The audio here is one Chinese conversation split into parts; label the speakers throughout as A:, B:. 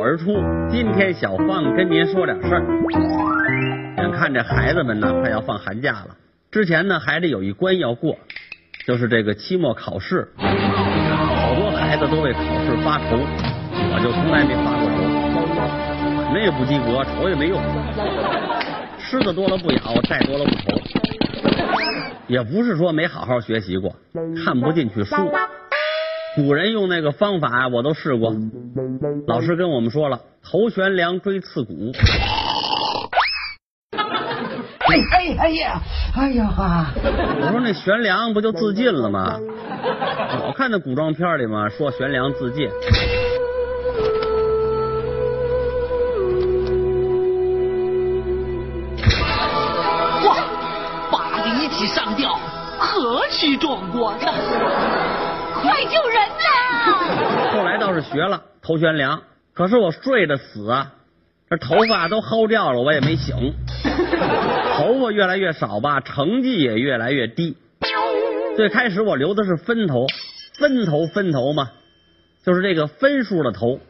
A: 而出。今天小胖跟您说点事儿。眼看这孩子们呢，快要放寒假了，之前呢还得有一关要过，就是这个期末考试。好多孩子都为考试发愁，我就从来没发过愁，肯定也不及格，愁也没用。吃的多了不咬，债多了不愁。也不是说没好好学习过，看不进去书。古人用那个方法，我都试过。老师跟我们说了，头悬梁，锥刺股。
B: 哎哎哎呀，哎呀哈！
A: 我说那悬梁不就自尽了吗？我看那古装片里嘛，说悬梁自尽。
B: 哇，八个一起上吊，何其壮观啊呐！
C: 快救人 呐！
A: 后来倒是学了头悬梁，可是我睡着死啊，这头发都薅掉了，我也没醒。头发越来越少吧，成绩也越来越低。最开始我留的是分头，分头分头嘛，就是这个分数的头。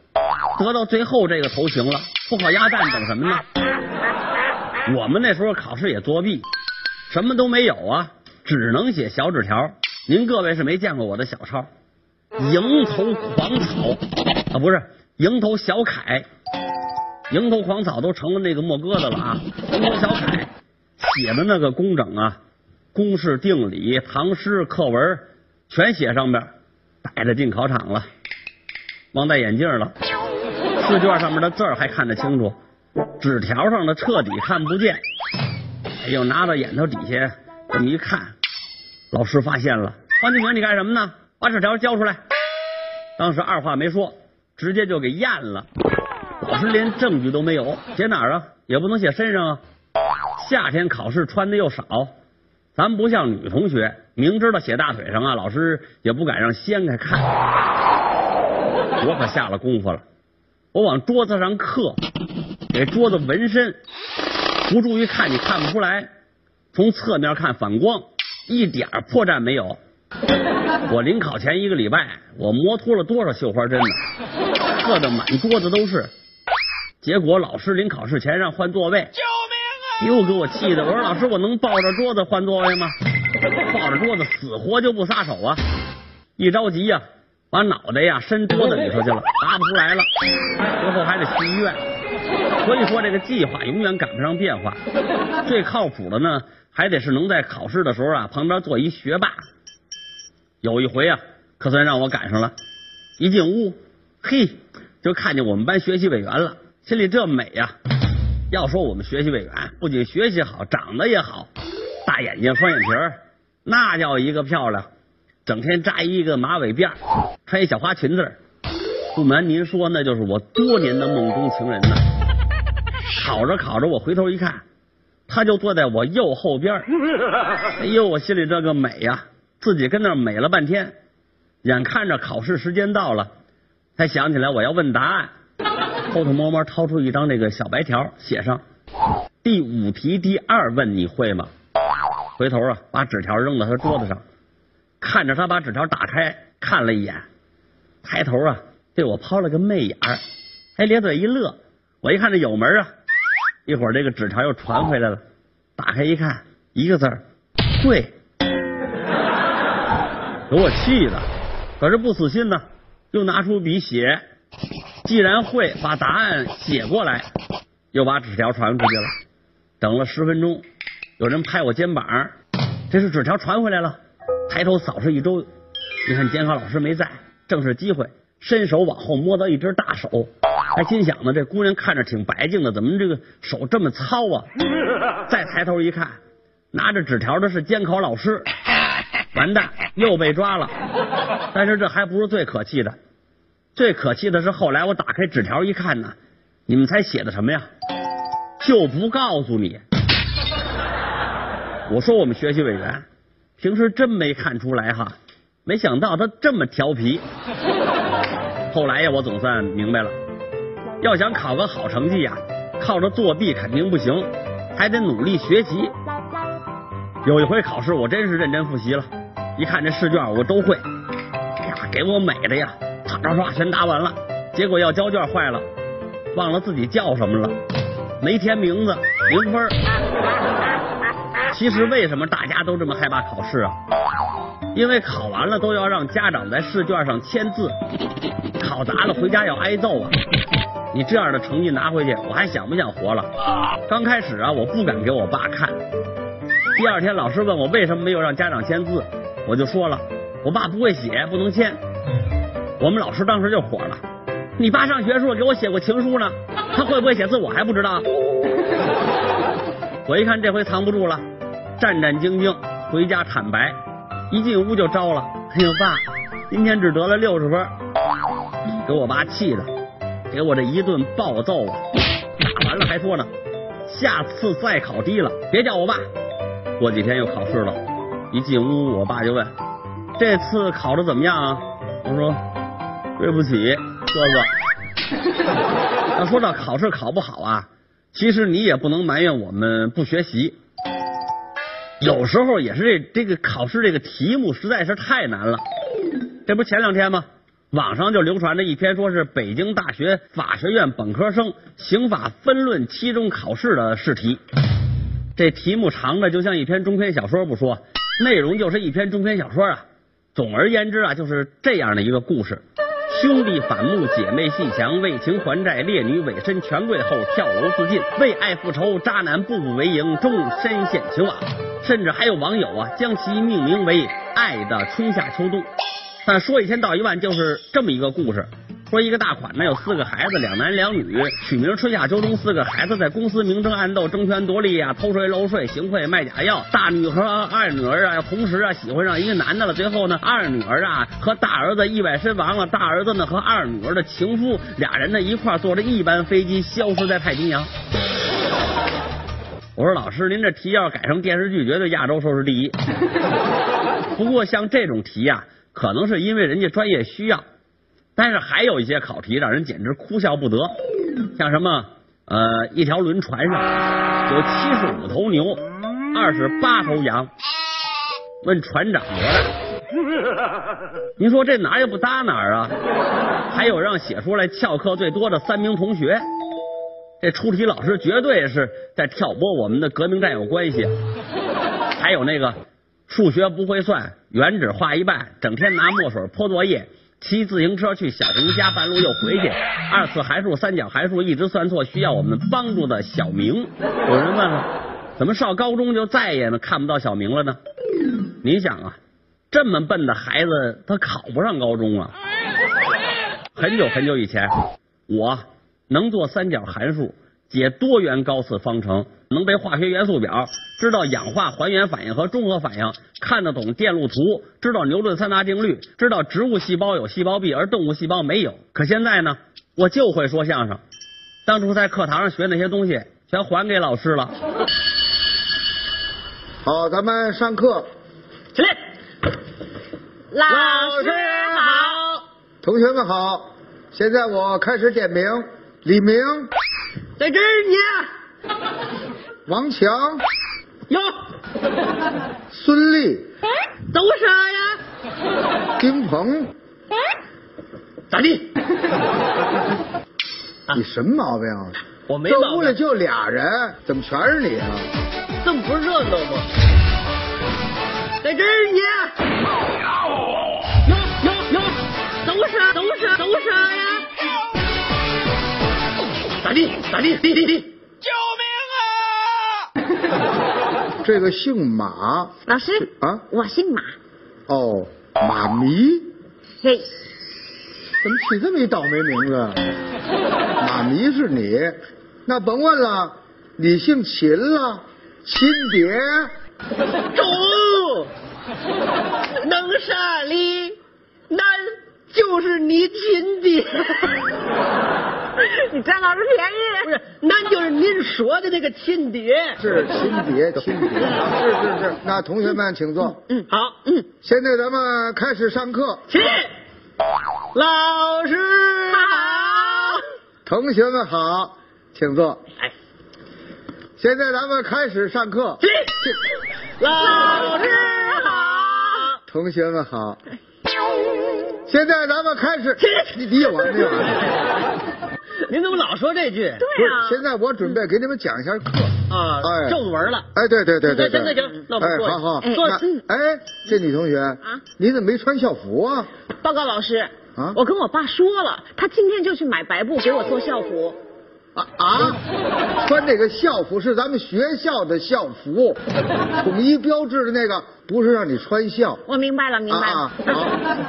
A: 得到最后这个头型了，不烤鸭蛋等什么呢？我们那时候考试也作弊，什么都没有啊，只能写小纸条。您各位是没见过我的小抄，蝇头狂草啊，不是蝇头小楷，蝇头狂草都成了那个墨疙瘩了啊。蝇头小楷写的那个工整啊，公式、定理、唐诗、课文全写上边，带着进考场了，忘戴眼镜了。试卷上面的字儿还看得清楚，纸条上的彻底看不见。哎呦，拿到眼头底下这么一看，老师发现了，方金明，你干什么呢？把纸条交出来。当时二话没说，直接就给验了。老师连证据都没有，写哪儿啊？也不能写身上啊。夏天考试穿的又少，咱不像女同学，明知道写大腿上啊，老师也不敢让掀开看。我可下了功夫了。我往桌子上刻，给桌子纹身，不注意看你看不出来。从侧面看反光，一点破绽没有。我临考前一个礼拜，我磨秃了多少绣花针呢？刻的满桌子都是。结果老师临考试前让换座位，救命啊！又给我气的，我说老师，我能抱着桌子换座位吗？抱着桌子死活就不撒手啊！一着急呀、啊。把脑袋呀伸桌子里头去了，拔不出来了，最后还得去医院。 所以说这个计划永远赶不上变化。最靠谱的呢，还得是能在考试的时候啊旁边坐一学霸。有一回啊，可算让我赶上了。一进屋，嘿，就看见我们班学习委员了，心里这美呀、啊！要说我们学习委员不仅学习好，长得也好，大眼睛双眼皮儿，那叫一个漂亮。整天扎一个马尾辫，穿一小花裙子。不瞒您说，那就是我多年的梦中情人呐、啊。考着考着，我回头一看，他就坐在我右后边。哎呦，我心里这个美呀、啊，自己跟那美了半天。眼看着考试时间到了，才想起来我要问答案，偷偷摸摸掏出一张这个小白条，写上第五题第二问你会吗？回头啊，把纸条扔到他桌子上。看着他把纸条打开，看了一眼，抬头啊对我抛了个媚眼儿，还咧嘴一乐。我一看这有门啊，一会儿这个纸条又传回来了，打开一看，一个字儿会，给我气的，可是不死心呢，又拿出笔写，既然会，把答案写过来，又把纸条传出去了。等了十分钟，有人拍我肩膀，这是纸条传回来了。抬头扫视一周，你看监考老师没在，正是机会。伸手往后摸到一只大手，还心想呢，这姑娘看着挺白净的，怎么这个手这么糙啊？再抬头一看，拿着纸条的是监考老师，完蛋，又被抓了。但是这还不是最可气的，最可气的是后来我打开纸条一看呢，你们猜写的什么呀？就不告诉你。我说我们学习委员。平时真没看出来哈，没想到他这么调皮。后来呀，我总算明白了，要想考个好成绩呀、啊，靠着作弊肯定不行，还得努力学习。有一回考试，我真是认真复习了，一看这试卷我都会，哎呀，给我美的呀，唰唰唰全答完了。结果要交卷坏了，忘了自己叫什么了，没填名字，零分儿。 其实为什么大家都这么害怕考试啊？因为考完了都要让家长在试卷上签字，考砸了回家要挨揍啊！你这样的成绩拿回去，我还想不想活了？刚开始啊，我不敢给我爸看。第二天老师问我为什么没有让家长签字，我就说了，我爸不会写，不能签。我们老师当时就火了，你爸上学时候给我写过情书呢，他会不会写字我还不知道。啊我一看这回藏不住了，战战兢兢回家坦白，一进屋就招了。哎呦爸，今天只得了六十分，给我爸气的，给我这一顿暴揍啊！打完了还说呢，下次再考低了别叫我爸。过几天又考试了，一进屋我爸就问，这次考的怎么样啊？我说对不起哥哥。要说到考试考不好啊。其实你也不能埋怨我们不学习，有时候也是这这个考试这个题目实在是太难了。这不前两天吗？网上就流传着一篇说是北京大学法学院本科生刑法分论期中考试的试题，这题目长的就像一篇中篇小说不说，内容就是一篇中篇小说啊。总而言之啊，就是这样的一个故事。兄弟反目，姐妹戏强，为情还债，烈女委身权贵后跳楼自尽，为爱复仇，渣男步步为营，终身陷情网。甚至还有网友啊，将其命名为《爱的春夏秋冬》。但说一千道一万，就是这么一个故事。说一个大款呢有四个孩子，两男两女，取名春夏秋冬。四个孩子在公司明争暗斗，争权夺利啊，偷税漏税，行贿卖假药。大女和二女儿啊，同时啊喜欢上一个男的了。最后呢，二女儿啊和大儿子意外身亡了。大儿子呢和二女儿的情夫，俩人呢一块坐着一班飞机消失在太平洋。我说老师，您这题要改成电视剧，绝对亚洲收视第一。不过像这种题呀、啊，可能是因为人家专业需要。但是还有一些考题让人简直哭笑不得，像什么呃，一条轮船上有七十五头牛，二十八头羊，问船长多大？您说这哪也不搭哪儿啊？还有让写出来翘课最多的三名同学，这出题老师绝对是在挑拨我们的革命战友关系。还有那个数学不会算，原址画一半，整天拿墨水泼作业。骑自行车去小明家，半路又回去。二次函数、三角函数一直算错，需要我们帮助的小明。有人问了，怎么上高中就再也看不到小明了呢？你想啊，这么笨的孩子，他考不上高中啊。很久很久以前，我能做三角函数，解多元高次方程，能背化学元素表，知道氧化还原反应和中和反应。看得懂电路图，知道牛顿三大定律，知道植物细胞有细胞壁，而动物细胞没有。可现在呢，我就会说相声。当初在课堂上学那些东西，全还给老师了。
D: 好，咱们上课，
A: 起立。
E: 老师好，
D: 同学们好。现在我开始点名：李明，
E: 在这儿
D: 呢。王强，
E: 有。
D: 孙俪，
E: 都啊啥
D: 呀？丁鹏，
E: 啊咋地？
D: 你什么毛病啊？
E: 我没毛病。
D: 这屋里就俩人，怎么全是你 啊？
E: 这么不热闹吗？在这儿呢。有有有，都啥都啥都啊啥呀？咋地咋地地地地？
D: 救命啊！这个姓马，
F: 老师
D: 啊，
F: 我姓马。
D: 哦，马迷。
F: 嘿，
D: 怎么起这么一倒霉名字？啊 马迷是你，那甭问了，你姓秦了，亲爹。
E: 中，能啥哩？那就是你亲爹。
F: 你占老师便宜，
E: 不是？那就是您说的那个亲爹，
D: 是亲爹，亲爹，是是是。那同学们请坐。
E: 嗯，嗯好，嗯，
D: 现在咱们开始上课。
E: 起立，老师好，
D: 同学们好，请坐。哎，现在咱们开始上课。
E: 起立，老师好，
D: 同学们好。现在咱们开始。
E: 起立，
D: 你你有完没完？
G: 您怎么老说这句？
B: 对
D: 不
B: 啊，
D: 是现在我准备给你们讲一下课
G: 啊
D: 哎，
G: 正文了。
D: 哎，对对对对，
G: 那那
D: 对
G: 行那我们
D: 哎
G: 坐下
D: 好好，
G: 哎坐下
D: 那哎，这女同学啊，你怎么没穿校服啊？
B: 报告老师
D: 啊，
B: 我跟我爸说了，他今天就去买白布给我做校服。
D: 啊啊！穿这个校服是咱们学校的校 服，统一标志的那个，不是让你穿校。
B: 我明白了，明白了。
D: 啊啊！好，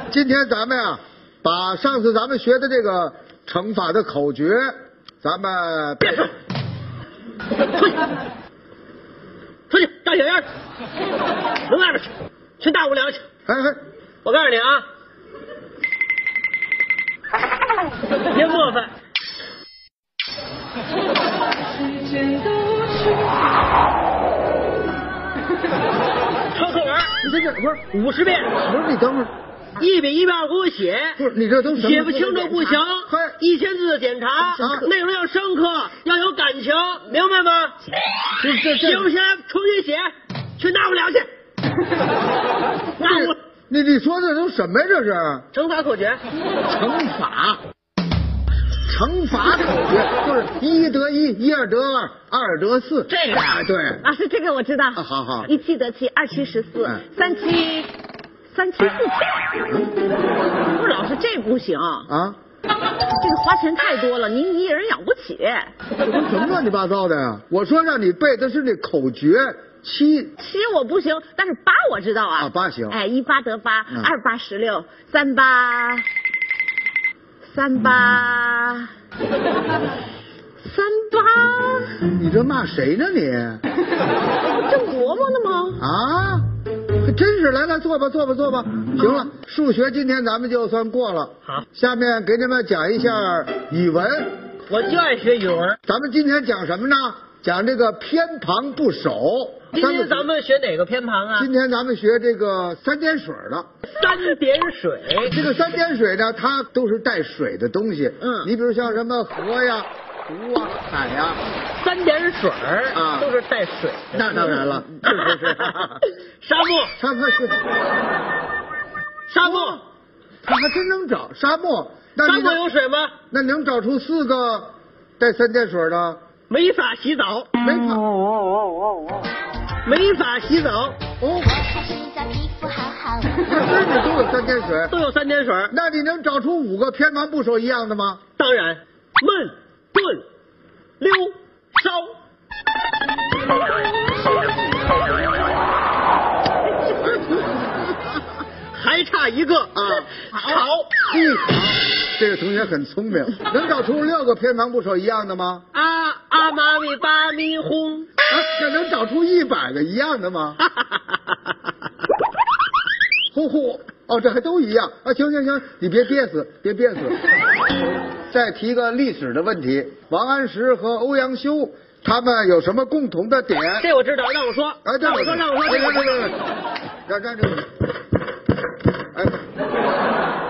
D: 今天咱们啊，把上次咱们学的这个乘法的口诀，咱们
G: 别说，出去，出去到 小院去，门外边去，去大屋聊去。
D: 哎哎，
G: 我告诉你啊，别过分。抄课文
D: 你这这不是
G: 五十遍，
D: 不是你等会儿，
G: 一笔一画给我写，
D: 不是你 这哎都什么
G: 写不清楚不行
D: 快，
G: 一千字的检查
D: 啊，
G: 内容要深刻，要有感情，
B: 嗯
G: 明白吗？
D: 这这
G: 行
D: 这，
G: 不行？重新写，去那屋聊 去。那屋
D: 你你说这都什么呀？这是
G: 乘法口诀，
D: 乘法。乘法口诀就是一得一，一二得二，二得四。
G: 这个啊
D: 哎对，
B: 老师，这个我知道。
D: 啊好好
B: 一七得七，二七十四
D: 嗯，
B: 三七三七四七。
G: 嗯
B: 不是老师，这不行，
D: 啊，
B: 这个花钱太多了，您一人养不起。
D: 这都什么乱七八糟的呀？我说让你背的是那口诀七
B: 七我不行，但是八我知道啊。
D: 啊八行
B: 哎，一八得八
D: 嗯，
B: 二八十六，三八三八三八，
D: 你这骂谁呢你？啊，
B: 我正琢磨呢吗？
D: 还真是，来来坐吧，坐吧，坐吧。行了，数学今天咱们就算过了。
G: 好，
D: 下面给你们讲一下语文。
G: 我就爱学语文。
D: 咱们今天讲什么呢？讲这个偏旁部首。
G: 今天咱们学哪个偏旁啊
D: 今？天咱们学这个三点水的。
G: 三点水。
D: 这个三点水呢，它都是带水的东西。
G: 嗯
D: 你比如像什么河呀、湖啊、海呀，
G: 三点水儿
D: 啊
G: 都是带水的。
D: 那当 然了，是不是？
G: 沙漠，
D: 他们是
G: 沙漠，
D: 他还真能找沙漠，那
G: 沙
D: 你
G: 漠
D: 能
G: 有水吗？
D: 那你能找出四个带三点水的？
G: 没法洗澡，
D: 没法
G: 没法洗澡，
D: 哦，
F: 他洗澡皮肤好好，
D: 那真是都有三点水。
G: 都有三点水儿。
D: 那你能找出五个偏旁部首一样的吗？
G: 当然，闷、炖、溜、烧。还差一个啊！好
D: 嗯，这个同学很聪明，能找出六个偏旁部首一样的吗？
G: 啊啊妈咪巴咪轰，
D: 啊，那能找出一百个一样的吗？
G: 哈哈哈哈哈哈！
D: 呼呼，哦，这还都一样啊！行行行，你别憋死，别憋死。再提个历史的问题，王安石和欧阳修他们有什么共同的点？
G: 这我知道，让我说，
D: 哎，
G: 让我说，让我说，
D: 对对
G: 这个
D: 对
G: 这
D: 对
G: 个，，
D: 让让这个，哎，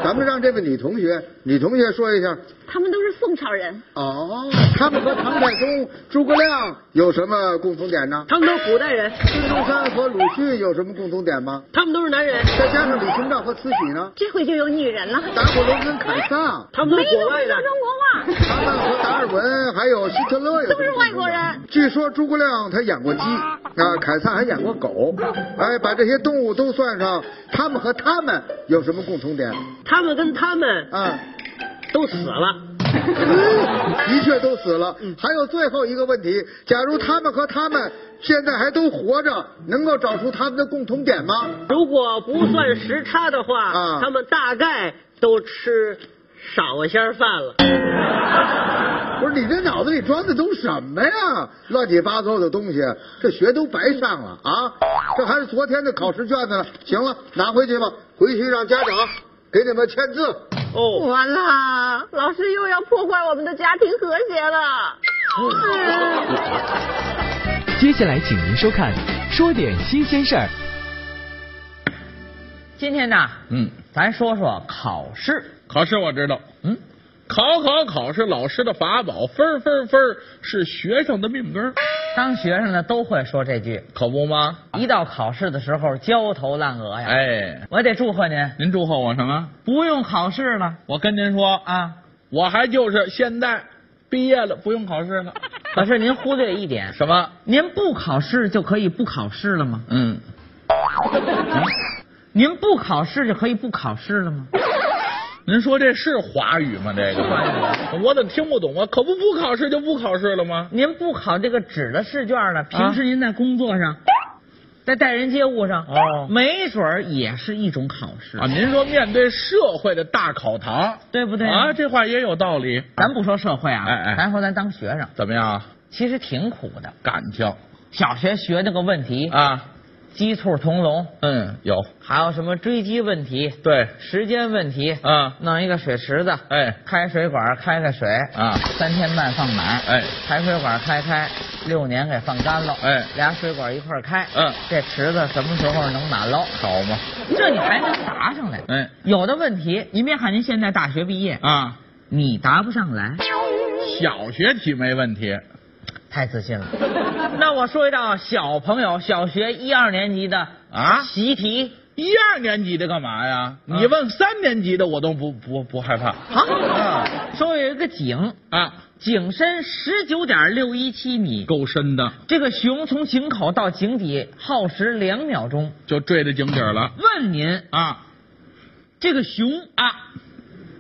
D: 咱们让这位女同学，女同学说一下。
B: 他们都是宋朝人，
D: 哦，他们和唐太宗、诸葛亮有什么共同点呢？
G: 他们都是古代人，
D: 孙中山和鲁迅有什么共同点吗？
G: 他们都是男人，
D: 再加上李清照和慈禧呢？
B: 这回就有女人了。
D: 拿破仑跟凯撒，
G: 他们都
B: 没
G: 是国
B: 有
G: 外
B: 回
G: 的
B: 到。中国话，
D: 他们和达尔文还有希特勒有
B: 都是外国人。
D: 据说诸葛亮他养过鸡，啊，凯撒还养过狗， 哎，把这些动物都算上，他们和他们有什么共同点？
G: 他们跟他们
D: 啊，
G: 都死了，
D: 的确都死了。
B: 嗯
D: 还有最后一个问题，假如他们和他们现在还都活着，能够找出他们的共同点吗？
G: 如果不算时差的话，
D: 啊
G: 他们大概都吃少鲜饭了。
D: 不是你这脑子里装的都什么呀？乱七八糟的东西，这学都白上了啊！这还是昨天的考试卷子呢。行了，拿回去吧，回去让家长给你们签字。
G: 哦，
B: 完了，老师又要破坏我们的家庭和谐了。
H: 嗯接下来，请您收看《说点新鲜事儿》。
I: 今天呢，
J: 嗯，
I: 咱说说考试。
J: 考试我知道，
I: 嗯，
J: 考考考是老师的法宝，分儿分儿分儿是学生的命根儿，
I: 当学生的都会说这句，
J: 可不吗？
I: 一到考试的时候焦头烂额呀。
J: 哎，
I: 我得祝贺您，
J: 您祝贺我什么？
I: 不用考试了
J: 我跟您说，
I: 啊！
J: 我还就是现在毕业了不用考试了。
G: 老师，您忽略一点，
J: 什么？
G: 您不考试就可以不考试了吗？
J: 嗯，
G: 您不考试就可以不考试了吗？
J: 您说这是华语吗？这个华语，我怎么听不懂啊？可不不考试就不考试了吗？
G: 您不考这个纸的试卷了，平时您在工作上，在待人接物上，
J: 哦
G: 没准儿也是一种考试，
J: 啊，您说面对社会的大考堂，
G: 对不对
J: 啊？这话也有道理。
G: 咱不说社会啊，
J: 哎哎
G: 咱说咱当学生，
J: 怎么样？
G: 其实挺苦的。
J: 敢教
G: 小学学那个问题，
J: 啊？
G: 鸡兔同笼，
J: 嗯，有
G: 还有什么追击问题、
J: 对
G: 时间问题，
J: 啊，
G: 弄一个水池子，
J: 哎
G: 开水管开开水
J: 啊
G: 三天半放满，
J: 哎
G: 排水管开开六年给放干喽，
J: 哎
G: 俩水管一块儿开，
J: 嗯
G: 这池子什么时候能满喽？
J: 好嘛，
G: 这你还能答上来？
J: 哎
G: 有的问题，您别看您现在大学毕业，
J: 啊，
G: 你答不上来，
J: 小学题没问题，
G: 太自 信了。那我说一道小朋友小学一二年级的
J: 啊
G: 习题
J: 一二年级的干嘛呀？
G: 嗯
J: 你问三年级的我都不不不害怕
G: 啊，说有一个井，
J: 啊，
G: 井深十九点六一七米，
J: 够深的，
G: 这个熊从井口到井底耗时两秒钟。
J: 就坠到井底了
G: 问您，
J: 啊。
G: 这个熊啊，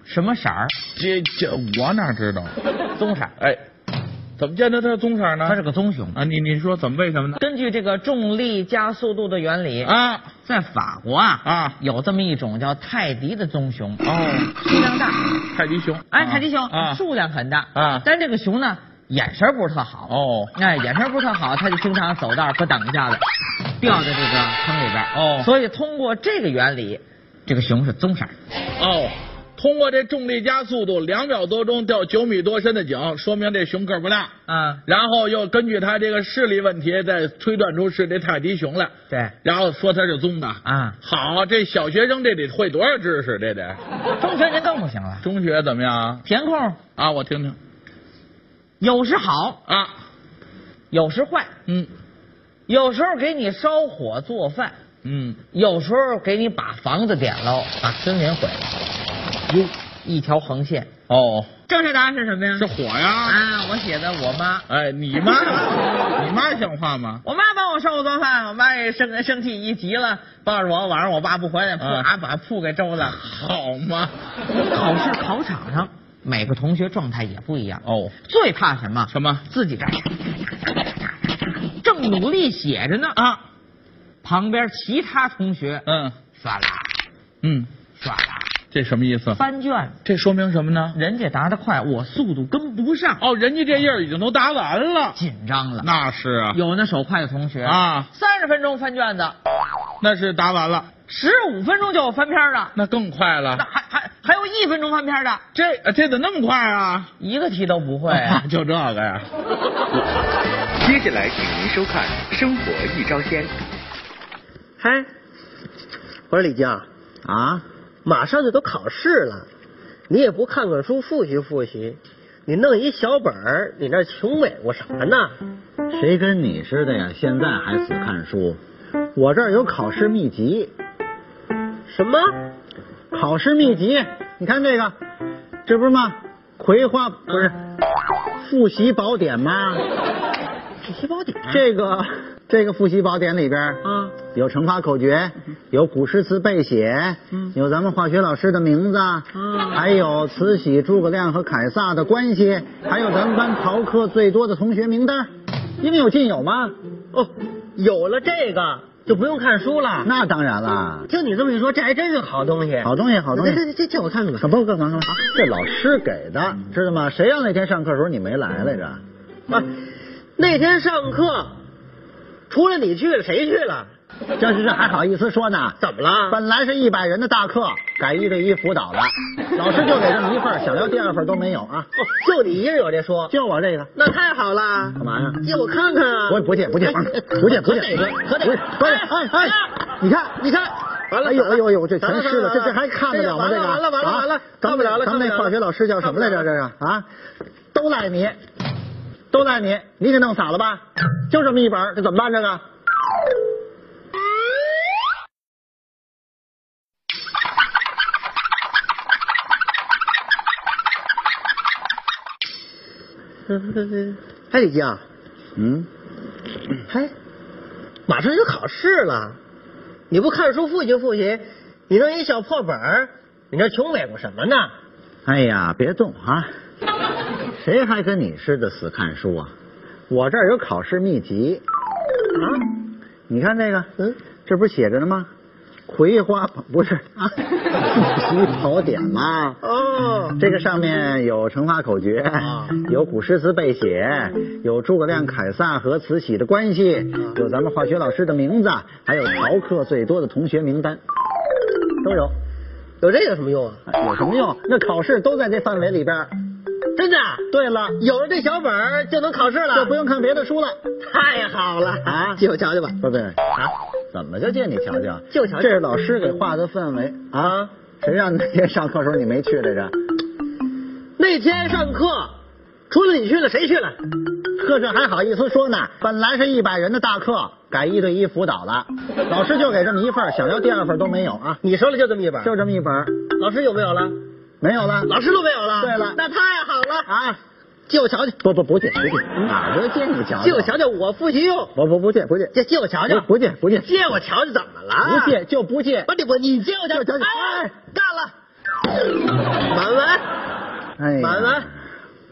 G: 什么色儿？
J: 这这我哪知道？
G: 棕色儿，
J: 哎，怎么见得它是棕色呢？
G: 它是个棕熊。
J: 啊，你你说怎么为什么呢？
G: 根据这个重力加速度的原理，
J: 啊
G: 在法国啊
J: 啊
G: 有这么一种叫泰迪的棕熊，
J: 哦，
G: 数量大，
J: 泰迪熊，
G: 哎，泰迪熊
J: 啊
G: 数量很大
J: 啊
G: 但这个熊呢眼神不是特好，
J: 哦
G: 哎，眼神不是特好，它就经常走道咯噔一下子，掉在这个坑里边儿
J: 哦
G: 所以通过这个原理，这个熊是棕色儿。
J: 哦。通过这重力加速度，两秒多钟掉九米多深的井，说明这熊个儿不大。
G: 啊，
J: 然后又根据他这个视力问题，再推断出是这泰迪熊来。
G: 对
J: 然后说他是棕的
G: 啊
J: 好，这小学生这得会多少知识？这得
G: 中学您更不行了，
J: 中学怎么样啊？
G: 填空
J: 啊，我听听
G: 有时好，
J: 啊，
G: 有时坏，
J: 嗯
G: 有时候给你烧火做饭，
J: 嗯，
G: 有时候给你把房子点喽，把村民毁了，
J: 哟
G: 一条横线。
J: 哦，
G: 正确答案是什么呀？
J: 是火呀！
G: 啊，我写的我妈，
J: 哎，你妈，你妈像话吗？
G: 我妈帮我烧火做饭，我妈也生生气一急了，抱着我晚上我爸不回来，
J: 啊
G: 啪把铺给周了。
J: 好 吗？
G: 嗯考试考场上，每个同学状态也不一样。
J: 哦，
G: 最怕什么？
J: 什么
G: 自己这儿正努力写着呢啊，旁边其他同学
J: 嗯
G: 唰啦
J: 嗯，
G: 唰啦
J: 这什么意思？
G: 翻卷，
J: 这说明什么呢？
G: 人家答得快，我速度跟不上，
J: 哦，人家这页已经都答完了。
G: 紧张了。
J: 那是啊，
G: 有那手快的同学
J: 啊
G: 三十分钟翻卷子，
J: 那是答完了，
G: 十五分钟就有翻篇儿的，
J: 那更快
G: 那
J: 了。
G: 还还还有一分钟翻篇儿的，
J: 这呃这怎么那么快啊？
G: 一个题都不会。啊
J: 就这个呀。
K: 接下来，请您收看《生活一招鲜》。
L: 嗨，我说李静啊，马上就都考试了，你也不看看书复习复习，你弄一小本儿，你那穷美过啥呢？
D: 谁跟你似的呀？现在还死看书？我这儿有考试秘籍，
L: 什么？
D: 考试秘籍，你看这个，这不是吗？葵花不是复习宝典吗？
L: 复习宝典？
D: 这个这个复习宝典里边儿
L: 啊，
D: 有乘法口诀，有古诗词背写，
L: 嗯
D: 有咱们化学老师的名字，还有慈禧、诸葛亮和凯撒的关系，还有咱们班逃课最多的同学名单儿，应有尽有吗？
L: 哦，有了这个就不用看书了。
D: 那当然啦。
L: 听你这么一说，这还真是好东西。
D: 好东西，好东西。
L: 这这这这我看看吧
D: 啊不干嘛嗯干嘛？这老师给的，知道吗？谁让那天上课的时候你没来来着？
L: 啊，那天上课，除了你去了，谁去了？
D: 这这这还好意思说 呢？
L: 怎么了？
D: 本来是一百人的大课，改一对一辅导 了，老师就给这么一份儿，想要第二份儿都没有啊。
L: 哦， 就你一人有这说，
D: 就我这个，
L: 那太好了。
D: 干嘛呀？
L: 借我看看啊！
D: 我不借不借
L: 哎
D: 不借不 借，
L: 可得可得
D: 不是不是哎哎，你看你看，
L: 完了
D: 哎呦哎呦哎呦，这
L: 完
D: 全
L: 了
D: 湿了，
L: 完了
D: 这这还看得了吗？
L: 哎
D: 这
L: 呀
D: 个
L: 完了完了
D: 啊
L: 完了
D: 咱
L: 看
D: 们
L: 不了了
D: 咱们那
L: 看不了了
D: 化学老师叫什么来着？这是啊，都赖你，都赖你，你给弄洒了吧？就这么一本儿，这怎么办？这个
E: 哎，李静，
G: 嗯，
E: 哎，马上就考试了，你不看书复习复习，你弄一小破本儿，你这穷美国什么呢？
G: 哎呀，别动啊！谁还跟你似的死看书啊？我这儿有考试秘籍啊！你看这个，嗯，这不是写着呢吗？葵花宝 不是啊，复习宝典嘛。
E: 哦，
G: 这个上面有乘法口诀，有古诗词背写，有诸葛亮、凯撒和慈禧的关系，
E: 嗯
G: 有咱们化学老师的名字，还有逃课最多的同学名单，都有。哎
E: 有这有什么用啊？
G: 有什么用？那考试都在这范围里边儿。
E: 真的？啊
G: 对了，
E: 有了这小本儿就能考试了，
G: 就不用看别的书了。
E: 太好了
G: 啊
E: 借我瞧瞧吧。
G: 不对啊
E: 啊，
G: 怎么就借你瞧瞧？
E: 就瞧瞧
G: 这是老师给画的范围啊。谁让那天 上课时候你没去来着？
E: 那天上课，除了你去了，谁去了？
G: 课上还好意思说呢，本来是一百人的大课，改一对一辅导了，老师就给这么一份儿，想要第二份儿都没有啊，
E: 你手里就这么一本，
G: 就这么一本儿，
E: 老师有没有了？
G: 没有了。
E: 老师都没有了。
G: 对了
E: 那太好了
G: 啊，
E: 借我瞧瞧，
G: 不不不借不借，哪嗯就借你瞧瞧？
E: 借我瞧瞧，我复习用。
G: 不不不借不借，
E: 借借我瞧瞧，
G: 不借不借，
E: 借我瞧瞧怎么了？
G: 不借就不借
E: 不。是你不你借我瞧
G: 借我瞧瞧
E: 哎
G: 哎，
E: 干了。满文
G: 哎呀，
E: 满文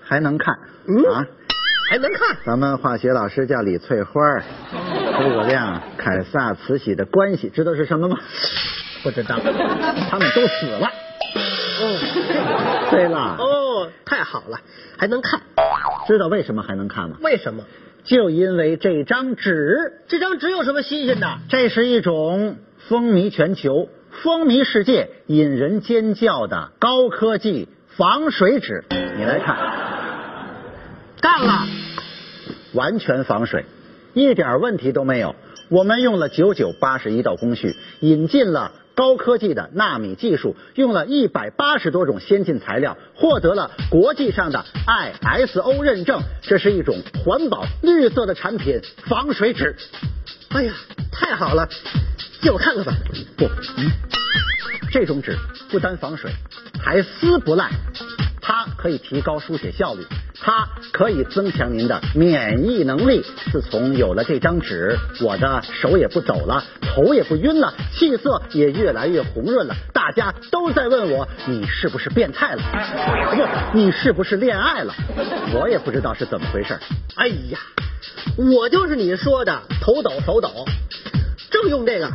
G: 还能看
E: 嗯
G: 啊？
E: 还能看，哦
G: 咱们化学老师叫李翠花儿，诸葛亮、凯撒、慈禧的关系，知道是什么吗？
E: 不知道。
G: 他们都死了。
E: 哦
G: 对了，
E: 哦，太好了，还能看，
G: 知道为什么还能看吗？
E: 为什么？
G: 就因为这张纸，
E: 这张纸有什么新鲜的？
G: 这是一种风靡全球、风靡世界、引人尖叫的高科技防水纸。你来看，
E: 干了，
G: 完全防水，一点问题都没有。我们用了九九八十一道工序，引进了高科技的纳米技术，用了一百八十多种先进材料，获得了国际上的 ISO 认证。这是一种环保绿色的产品——防水纸。
E: 哎呀，太好了，借我看看吧。
G: 不，嗯这种纸不单防水，还丝不赖。它可以提高书写效率，它可以增强您的免疫能力。自从有了这张纸，我的手也不抖了，头也不晕了，气色也越来越红润了。大家都在问我，你是不是变态了？不，你是不是恋爱了？我也不知道是怎么回事儿。
E: 哎呀，我就是你说的头抖手抖，正用这个。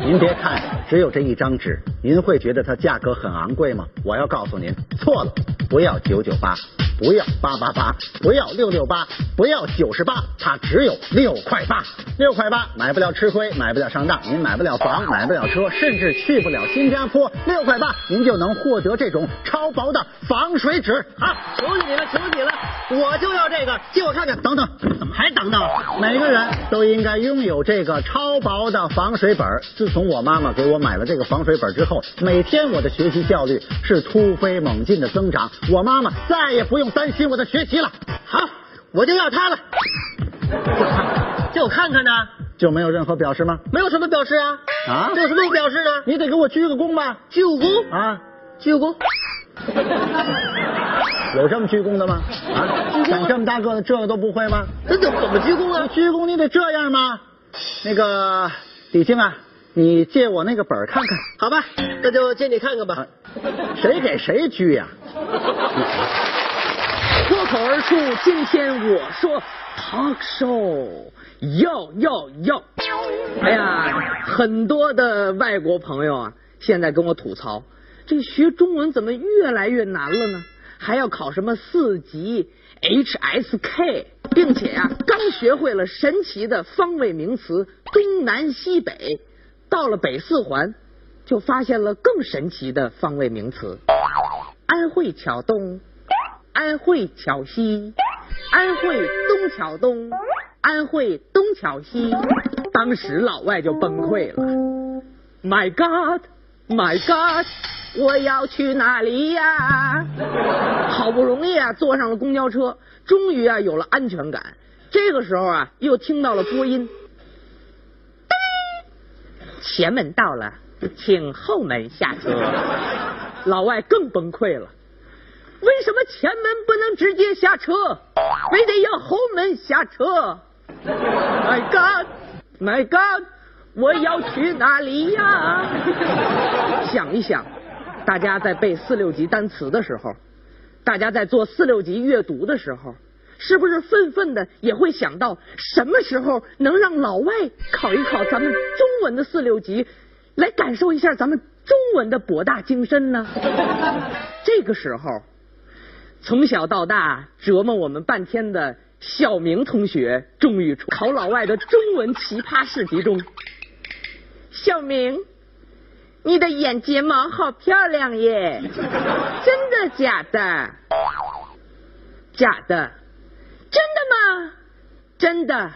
G: 您别看只有这一张纸，您会觉得它价格很昂贵吗？我要告诉您，错了，不要九九八，不要八八八，不要六六八，不要九十八，它只有六块八，啊六块八买不了吃亏，买不了上当，您买不了房，买不了车，甚至去不了新加坡，六块八您就能获得这种超薄的防水纸啊！
E: 求你了，求你了，我就要这个，借我看看。
G: 等等，
E: 怎么还等等？
G: 每个人都应该拥有这个超薄的防水本儿。自从我妈妈给我买了这个防水本儿之后，每天我的学习效率是突飞猛进的增长。我妈妈再也不用担心我的学习了，
E: 好，我就要它了。借我看看呢，
G: 就没有任何表示吗？
E: 没有什么表示啊。
G: 啊
E: 这有什么表示呢？
G: 你得给我鞠个躬吧！
E: 鞠个躬，
G: 啊，
E: 鞠个躬。
G: 有这么鞠躬的吗？啊，长这么大个子，这个都不会吗？
E: 那怎怎么鞠躬
G: 那
E: 啊？
G: 鞠躬你得这样吗？那个李静啊，你借我那个本儿看看。
E: 好吧，那就借你看看吧。
G: 谁给谁 鞠呀、
M: 脱口而 出，今天我说 talk show，要要要！哎呀，很多的外国朋友啊，现在跟我吐槽，这学中文怎么越来越难了呢？还要考什么四级 HSK，并且啊，刚学会了神奇的方位名词东南西北，到了北四环，就发现了更神奇的方位名词安徽桥东。安徽桥西，安徽东桥东，安徽东桥西。当时老外就崩溃了，My God，My God，我要去哪里呀？好不容易啊，坐上了公交车，终于啊有了安全感。这个时候啊，又听到了播音，前门到了，请后门下车。老外更崩溃了。为什么前门不能直接下车，非得要后门下车？My God，My God，我要去哪里呀？想一想，大家在背四六级单词的时候，大家在做四六级阅读的时候，是不是愤愤的也会想到什么时候能让老外考一考咱们中文的四六级，来感受一下咱们中文的博大精深呢？ 这个时候，从小到大折磨我们半天的小明同学终于出考老外的中文奇葩试题中。小明，你的眼睫毛好漂亮耶！真的假的？假的。真的吗？真的。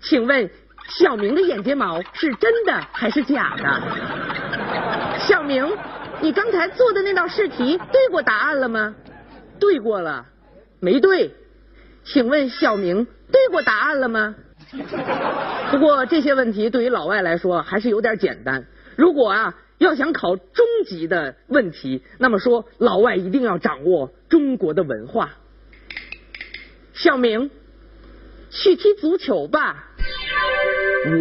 M: 请问，小明的眼睫毛是真的还是假的？小明。你刚才做的那道试题对过答案了吗？对过了，没对。请问小明对过答案了吗？不过这些问题对于老外来说还是有点简单。如果啊要想考中级的问题，那么说老外一定要掌握中国的文化。小明，去踢足球吧。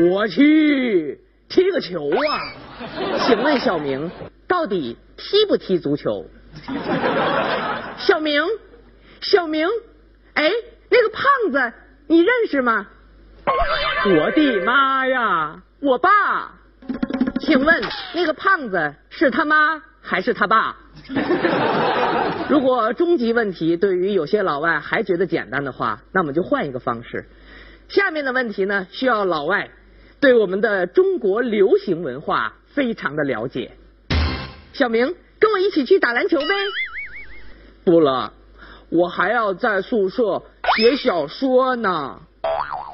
M: 我去踢个球啊！请问小明。到底踢不踢足球？小明，小明，哎，那个胖子你认识吗？我的妈呀，我爸！请问那个胖子是他妈还是他爸？如果终极问题对于有些老外还觉得简单的话，那我们就换一个方式。下面的问题呢，需要老外对我们的中国流行文化非常的了解。小明，跟我一起去打篮球呗。不了，我还要在宿舍写小说呢。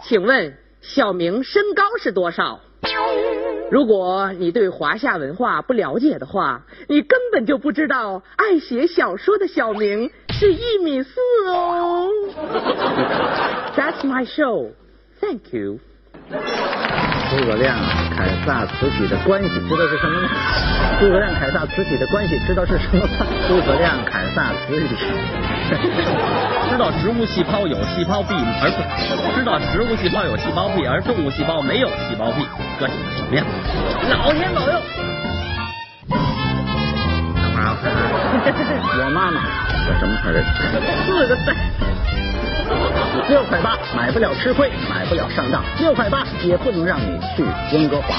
M: 请问小明身高是多少？如果你对华夏文化不了解的话，你根本就不知道爱写小说的小明是一米四哦。That's my show. Thank you.
G: 诸葛亮、凯撒、慈禧的关系知道是什么吗？诸葛亮、凯撒、慈禧的关系知道是什么吗？诸葛亮、凯撒、慈禧，
A: 知道植物细胞有细胞壁，而不知道植物细胞有细胞壁，而动物细胞没有细胞壁，各什么呀？
M: 老天保佑！
G: 我妈妈，我什么词儿？
M: 四个字。
G: 六块八买不了吃亏，买不了上当，六块八也不能让你去温哥华。